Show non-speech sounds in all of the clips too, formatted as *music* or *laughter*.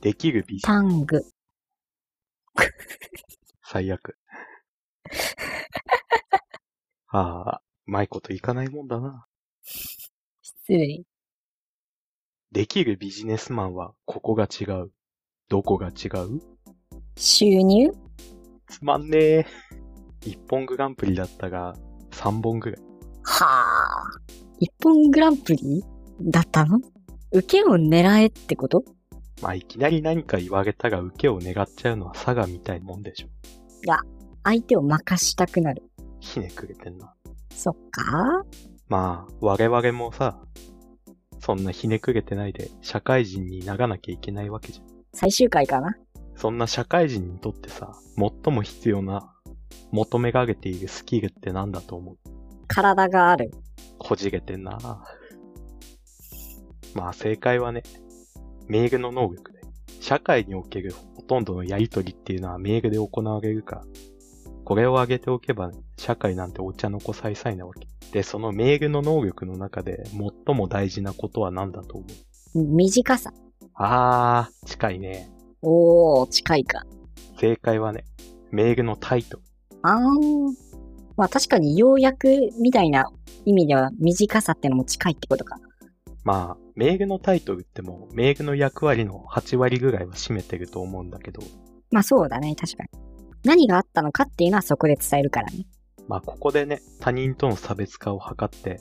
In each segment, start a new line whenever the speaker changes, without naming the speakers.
できる美人。
タング。
最悪。 *laughs* ああ、うまいこといかないもんだな。
失礼。
できるビジネスマンは、ここが違う。どこが違う
収入
つまんねえ。一本グランプリだったが、三本ぐらい。
はあ。一本グランプリだったの受けを狙えってこと
まあ、いきなり何か言われたが受けを願っちゃうのは佐賀みたいなもんでしょ。
相手を任したくなる。
ひねくれてんな。
そっか
まあ、我々もさ、そんなひねくれてないで、社会人にならなきゃいけないわけじゃん。
最終回かな
そんな社会人にとってさ、最も必要な、求められているスキルって何だと思う
体がある。
こじれてんなまあ正解はね、メールの能力で。社会におけるほとんどのやりとりっていうのはメールで行われるから。これを挙げておけば、社会なんてお茶の子さいさいなわけ。で、そのメールの能力の中で最も大事なことは何だと思う
短さ。
あー、近いね。
おー、近いか。
正解はね、メールのタイトル。
あー。まあ確かにようやくみたいな意味では短さってのも近いってことか。
まあ、メールのタイトルってもう、メールの役割の8割ぐらいは占めてると思うんだけど、
まあそうだね、確かに。何があったのかっていうのはそこで伝えるからね。
まあ、ここでね、他人との差別化を図って、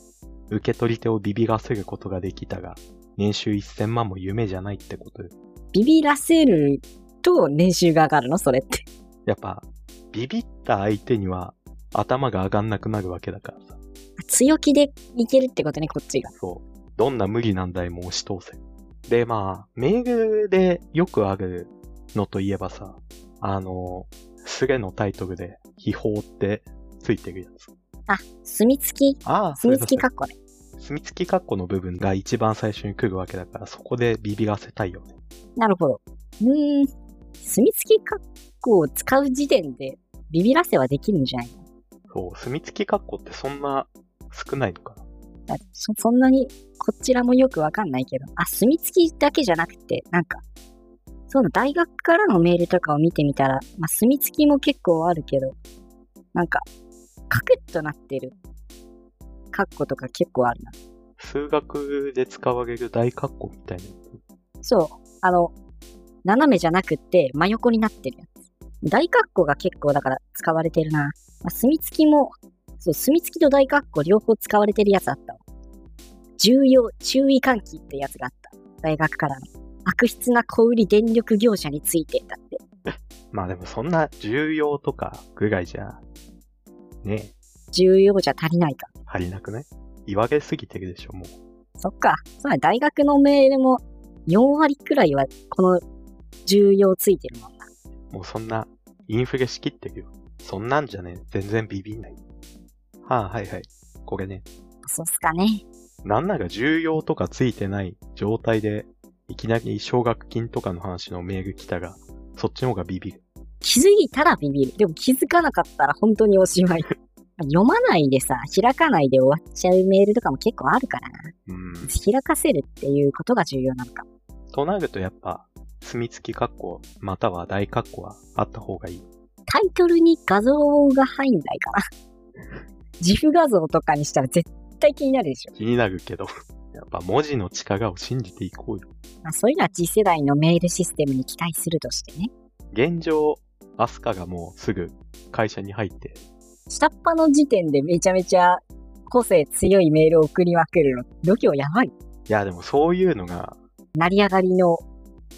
受け取り手をビビらせることができたが、年収1000万も夢じゃないってことよ
ビビらせると練習が上がるのそれって。
やっぱ、ビビった相手には頭が上がんなくなるわけだからさ。
強気でいけるってことね、こっちが。
そう。どんな無理難題も押し通せ。で、まあ、メールでよくあるのといえばさ、あの、スレのタイトルで、秘宝ってついてるやつ。
あ、墨付き。
ああ、
墨付きかっこね。
墨付き括弧の部分が一番最初に来るわけだから、そこでビビらせたいよね。
なるほど。うーん。墨付き括弧を使う時点でビビらせはできるんじゃないの
そう、墨付き括弧ってそんな少ないのかな。
だってそそんなにこちらもよくわかんないけど。あ、墨付きだけじゃなくて、なんか、そうだ、大学からのメールとかを見てみたら、まあ、墨付きも結構あるけど、なんか、カクッとなってる。カッコとか結構あるな。
数学で使われる大括弧みたいなや
そう。あの、斜めじゃなくて、真横になってるやつ。大括弧が結構だから使われてるな。まあ、墨付きも、そう、墨付きと大括弧両方使われてるやつあったわ。重要注意喚起ってやつがあった。大学からの。悪質な小売電力業者についてだって。
つ。まあでもそんな重要とかぐらいじゃ、ね
重要じゃ足りないか。
え、足りなくない言われすぎてるでしょ、もう。
そっか。つまり大学のメールも4割くらいはこの重要ついてるもんな。
もうそんな、インフレしきってるよ。そんなんじゃねえ。全然ビビんない。はあ、はいはい。これね、
そうっすかね。
なんなら重要とかついてない状態で、いきなり奨学金とかの話のメール来たが、そっちの方がビビる。
気づいたらビビる。でも気づかなかったら本当におしまい。読まないでさ、開かないで終わっちゃうメールとかも結構あるからな。
うん。
開かせるっていうことが重要なのか。
となるとやっぱ、墨付き括弧、または大括弧はあった方がいい。
タイトルに画像が入んないかな。自負画像とかにしたら絶対気になるでしょ。
気になるけど、 *laughs* やっぱ文字の力を信じていこうよ。
まあ、そういうのは次世代のメールシステムに期待するとしてね。
現状、アスカがもうすぐ会社に入って、
下っ端の時点でめちゃめちゃ個性強いメールを送りまくるの、度胸やばい。
いやでもそういうのが、
成り上がりの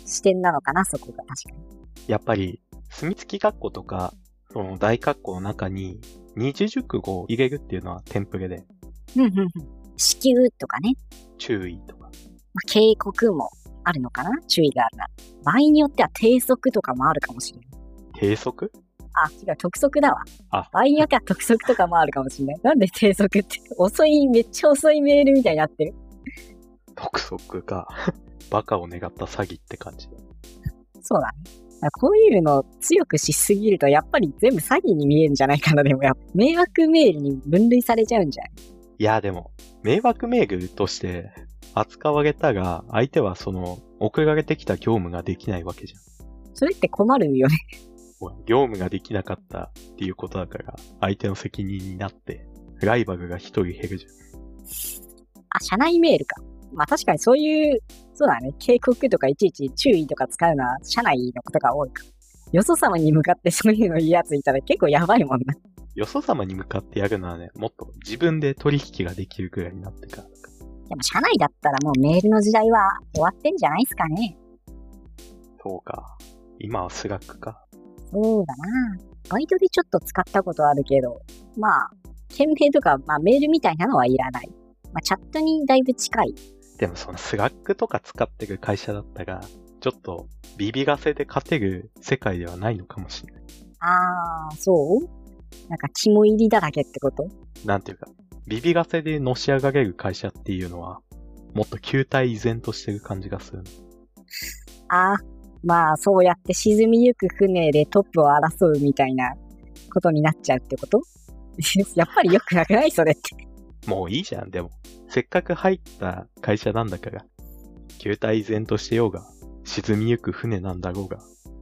視点なのかな、そこが確かに。
やっぱり、墨付き括弧とか、その大括弧の中に、二字熟語を入れるっていうのはテンプレで、
うんうんうん。子宮とかね。
注意とか。
まあ、警告もあるのかな注意があるな。場合によっては低速とかもあるかもしれない。
低速
あ、違う、特速だわ。
あ
場合によっては特速とかもあるかもしれない。なんで低速って、遅い、めっちゃ遅いメールみたいになってる。
特則 *laughs* か。バカを願った詐欺って感じ。
そうだね。だからこういうのを強くしすぎると、やっぱり全部詐欺に見えるんじゃないかな、でもやっぱ迷惑メールに分類されちゃうんじゃない
いや、でも、迷惑メールとして扱われたが、相手はその、送られてきた業務ができないわけじゃん。
それって困るよね。
ほら業務ができなかったっていうことだから、相手の責任になって、ライバルが一人減るじゃん。
あ、社内メールか。まあ確かにそういう、そうだね。警告とかいちいち注意とか使うのは社内のことが多いか。よそ様に向かって *laughs* そういうの言うやついたら結構やばいもんな。
よそ様に向かってやるのはね、もっと自分で取引ができるくらいになってから。
でも社内だったらもうメールの時代は終わってんじゃないですかね。
そうか。今はスラックか。
そうだな。バイトでちょっと使ったことあるけど、まあ、件名とか、まあメールみたいなのはいらない。まあチャットにだいぶ近い。
でもそのスラックとか使ってる会社だったら、ちょっとビビらせで勝てる世界ではないのかもしれない。
あー、そうなんか肝入りだらけってこと
なんていうか、ビビらせでのし上がれる会社っていうのは、もっと球体依然としてる感じがする。
ああ、まあそうやって沈みゆく船でトップを争うみたいなことになっちゃうってこと *laughs* やっぱり良くなくないそれって。
もういいじゃん、でも。せっかく入った会社なんだから、球体依然としてようが、沈みゆく船なんだろうが、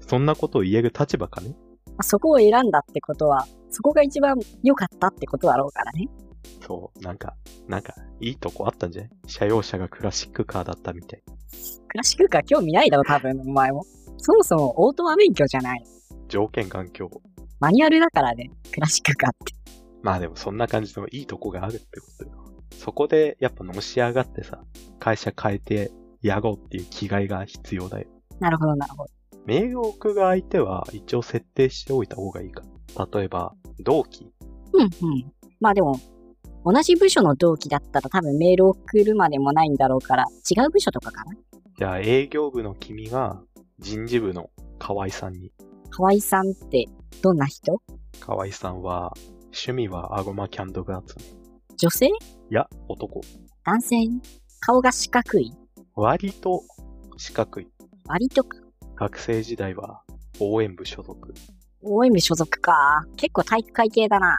そんなことを言える立場かね
あそこを選んだってことは、そこが一番良かったってことだろうからね。
そう、なんか、なんか、いいとこあったんじゃない車用車がクラシックカーだったみたい。
クラシックカー興味ないだろ、多分、お前も。そもそもオートマ免許じゃない。
条件環境。
マニュアルだからね、クラシックカーって。
まあでもそんな感じのいいとこがあるってことよ。そこでやっぱのし上がってさ、会社変えてやろうっていう気概が必要だよ。
なるほど、なるほど。
メールを送る相手は一応設定しておいた方がいいか。例えば、同期。
うん、うん。まあでも、同じ部署の同期だったら多分メール送るまでもないんだろうから、違う部署とかかな
じゃあ営業部の君が人事部の河合さんに。
河合さんって、どんな人
河合さんは、趣味はアゴマキャンドル集め。
女性
いや、男。
男性顔が四角い
割と四角い。
割とか
学生時代は応援部所属。
応援部所属か。結構体育会系だな。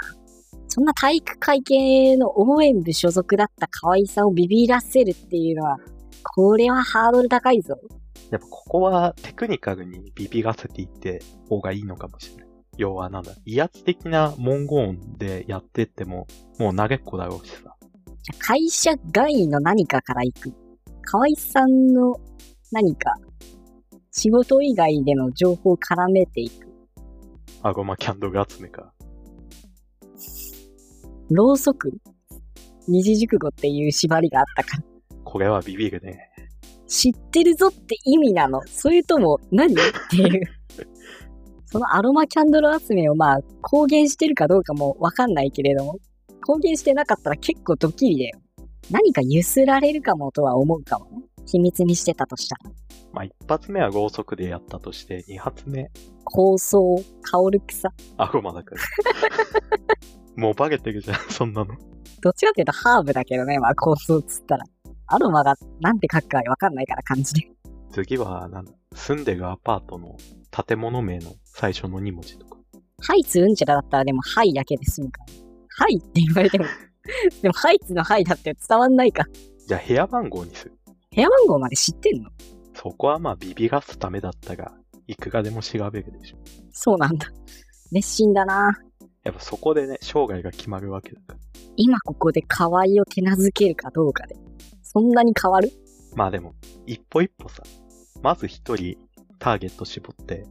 そんな体育会系の応援部所属だった可愛さをビビらせるっていうのは、これはハードル高いぞ。
やっぱここはテクニカルにビビらせていって方がいいのかもしれない。要はなんだ、威圧的な文言でやってっても、もう投げっこだろうしさ。
じゃあ会社外の何かから行く。可愛さんの何か、仕事以外での情報を絡めていく。
アゴマキャンドル集めか。
ろうそく二字熟語っていう縛りがあったから。
これはビビるね。
知ってるぞって意味なのそれとも何っていう。そのアロマキャンドル集めをまあ公言してるかどうかもわかんないけれども、公言してなかったら結構ドッキリだよ。何か揺すられるかもとは思うかもね。秘密にしてたとしたら。
まあ、一発目はろうそくでやったとして、二発目、
香草、香る草。
アゴマだから。 *laughs* もうバゲてるじゃん、そんなの。
どっちかっていうとハーブだけどね、まあ香草っつったら。アロマがなんて書くかわかんないから感じで。
次は、なんだ、住んでるアパートの建物名の最初の2文字とか。
ハイツうんちらだったらでもハイだけで済むから。ハイって言われても。でもハイツのハイだって伝わんないか。
じゃあ部屋番号にする。
部屋番号まで知ってんの
そこはまあビビらすためだったが、いくらでも調べるでしょ。
そうなんだ。熱心だな。
やっぱそこでね、生涯が決まるわけだから。
今ここで可愛いを手なずけるかどうかで。そんなに変わる
まあでも、一歩一歩さ、まず一人ターゲット絞って、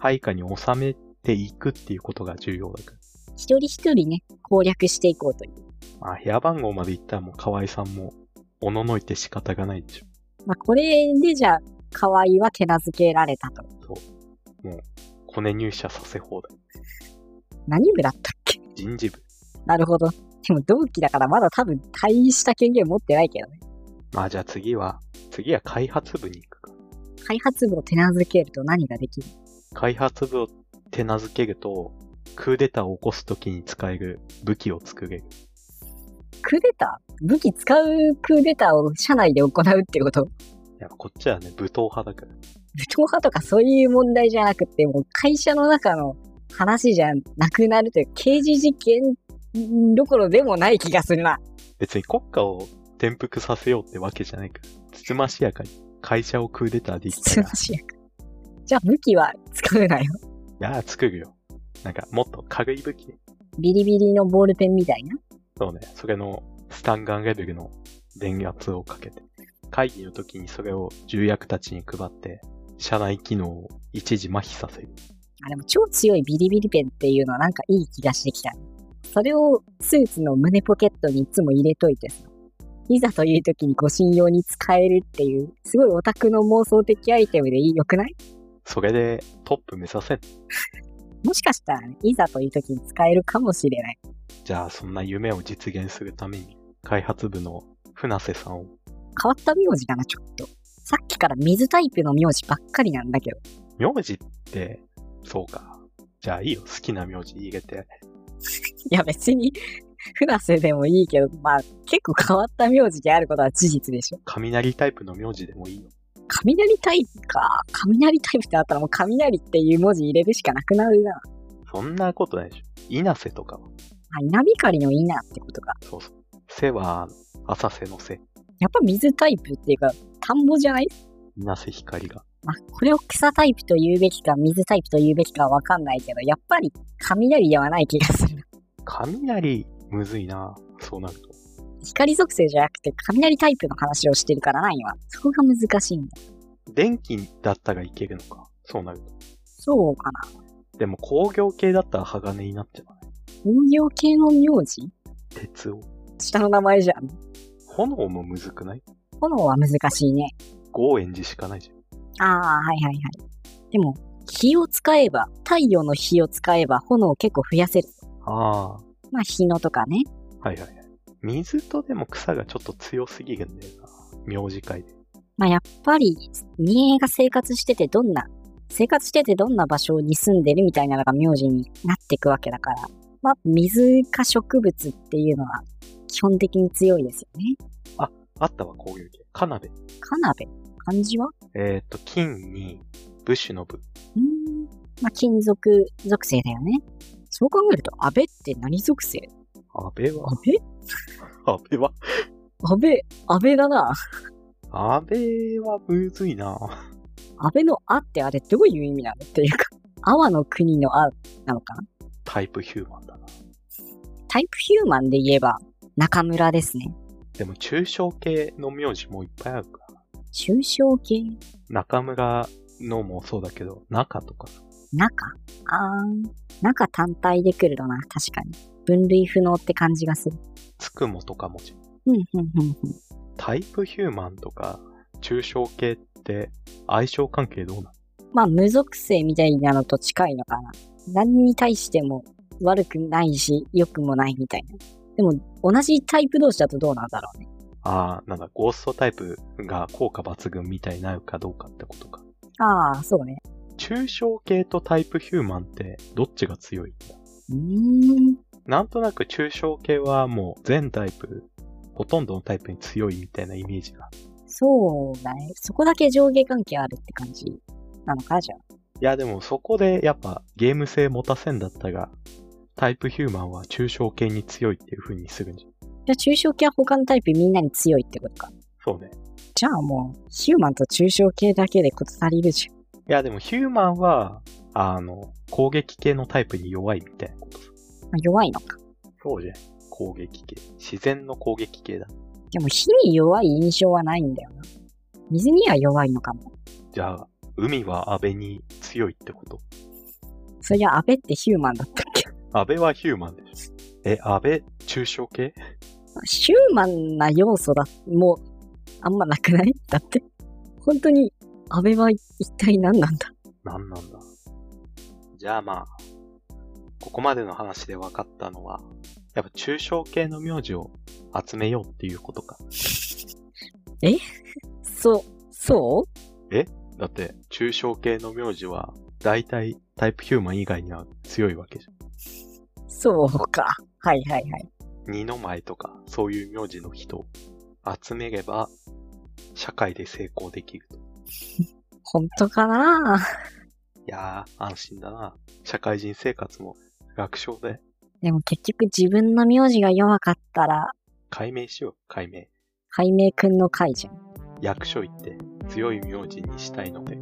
配下に収めていくっていうことが重要だか
一人一人ね、攻略していこうという。
ら。まあ部屋番号まで行ったらもう河合さんも、おののいて仕方がないでしょ。
まあ、これでじゃあ、可愛いは手なずけられたと。
コネ入社させ放題。
何部だったっけ
人事部。
なるほど。でも同期だからまだ多分退した権限持ってないけどね。
まあじゃあ次は、次は開発部に行くか。
開発部を手なずけると何ができる
開発部を手なずけると、クーデターを起こすときに使える武器を作れる。
クーデター武器使うクーデターを社内で行うってこと
やっぱこっちはね、武闘派だから。
武闘派とかそういう問題じゃなくて、もう会社の中の話じゃなくなるという、刑事事件どころでもない気がするな。
別に国家を転覆させようってわけじゃないから、つつましやかに会社をクーデターで言った
す *laughs*
ら
ま、しやか。じゃあ武器は使うなよ。
いやー作るよ。なんかもっと軽い武器
ビリビリのボールペンみたいな。
そうね、それのスタンガンレベルの電圧をかけて、会議の時にそれを重役たちに配って、社内機能を一時麻痺させる。
あ、でも超強いビリビリペンっていうのはなんかいい気がしてきた。それをスーツの胸ポケットにいつも入れといてさ。いざという時に護身用に使えるっていう、すごいオタクの妄想的アイテムでいいよくない
それでトップ目指せん。
もしかしたら、ね、いざという時に使えるかもしれない。
じゃあそんな夢を実現するために、開発部の船瀬さんを、
変わった名字だな、ちょっと。さっきから水タイプの名字ばっかりなんだけど。
名字って、そうか。じゃあいいよ、好きな名字入れて。
いや別に、 *laughs* 船瀬でもいいけど、まあ結構変わった名字であることは事実でしょ。
雷タイプの名字でもいいよ。
雷タイプか。雷タイプってあったらもう雷っていう文字入れるしかなくなるな。
そんなことないでしょ。稲瀬とかは。
あ、稲光の稲ってことか。
そうそう。瀬は、浅瀬の瀬。
やっぱ水タイプっていうか、田んぼじゃない
稲瀬光が。
まあ、これを草タイプと言うべきか、水タイプと言うべきかはわかんないけど、やっぱり雷ではない気がする。
雷、むずいな。そうなると。
光属性じゃなくて雷タイプの話をしてるからな、今。そこが難しいんだ。
電気だったらいけるのか。そうなると。
そうかな。
でも工業系だったら鋼になっちゃうね。
工業系の名字
鉄を。
下の名前じゃん。
炎もむずくない
炎は難しいね。
豪炎寺しかないじゃん。
ああ、はいはいはい。でも、火を使えば、太陽の火を使えば炎を結構増やせる。
あ
まあ、火のとかね。
あ。はいはいはい。水とでも草がちょっと強すぎるんだよな。名字界で。
まあ、やっぱり、人間が生活しててどんな、生活しててどんな場所に住んでるみたいなのが名字になっていくわけだから、まあ、水か植物っていうのは、基本的に強いですよね。
あったわ、工業系。カナベ。
カナベ漢字は
えっ、ー、と、金に、ブッシュの部。
うーん。まあ、金属属性だよね。そう考えると、安倍って何属性
安倍は *laughs*
安倍
安倍は
安倍、安倍だな。
安倍はむずいな。
安倍の「あ」ってあれどういう意味なのっていうか *laughs* 阿波の国の「あ」なのかな
タイプヒューマンだな。
タイプヒューマンで言えば中村ですね
でも、中小系の名字もいっぱいあるから。
中小系
中村のもそうだけど、中とかさ
中あー中単体で来るのな確かに分類不能って感じがする
つくもとかも、
うんうんうんうん
タイプヒューマンとか、中小系って相性関係どうなの
まあ無属性みたいなのと近いのかな何に対しても悪くないし良くもないみたいなでも同じタイプ同士だとどうなんだろうね
ああ、なんだ、ゴーストタイプが効果抜群みたいになるかどうかってことか。
ああそうね
中小系とタイプヒューマンってどっちが強いんだ
うーん
なんとなく中小系はもう全タイプ、ほとんどのタイプに強いみたいなイメージが。
そうだね。そこだけ上下関係あるって感じなのか、じゃあ。
いやでもそこでやっぱゲーム性持たせんだったが、タイプヒューマンは中小系に強いっていう風にするんじゃん。
じゃあ、中小系は他のタイプみんなに強いってことか。
そうね。
じゃあもう、ヒューマンと中小系だけでこと足りるじゃん。
いやでもヒューマンは、あの、攻撃系のタイプに弱いみたいなこと。
まあ弱いのか。
そうじゃん。攻撃系。自然の攻撃系だ。
でも、火に弱い印象はないんだよな。水には弱いのかも。
じゃあ、海は安倍に強いってこと
そりゃ、安倍ってヒューマンだったっけ
安倍はヒューマンです。え、安倍、中小系
ヒューマンな要素だ、もう、あんまなくないだって。本当に、安倍は一体何なんだ
なんなんだ。じゃあまあ、ここまでの話で分かったのは、やっぱ中小系の名字を集めようっていうことか。
そう、そう
だって、中小系の名字は、大体タイプヒューマン以外には強いわけじゃん。
そうか。はいはいはい。
二の前とか、そういう名字の人を集めれば、社会で成功できると。
本当かない
やー、安心だな。社会人生活も楽勝で、
でも結局自分の名字が弱かったら
解明しよう、解明。
解明くんの回じゃん。
役所行って強い名字にしたいので。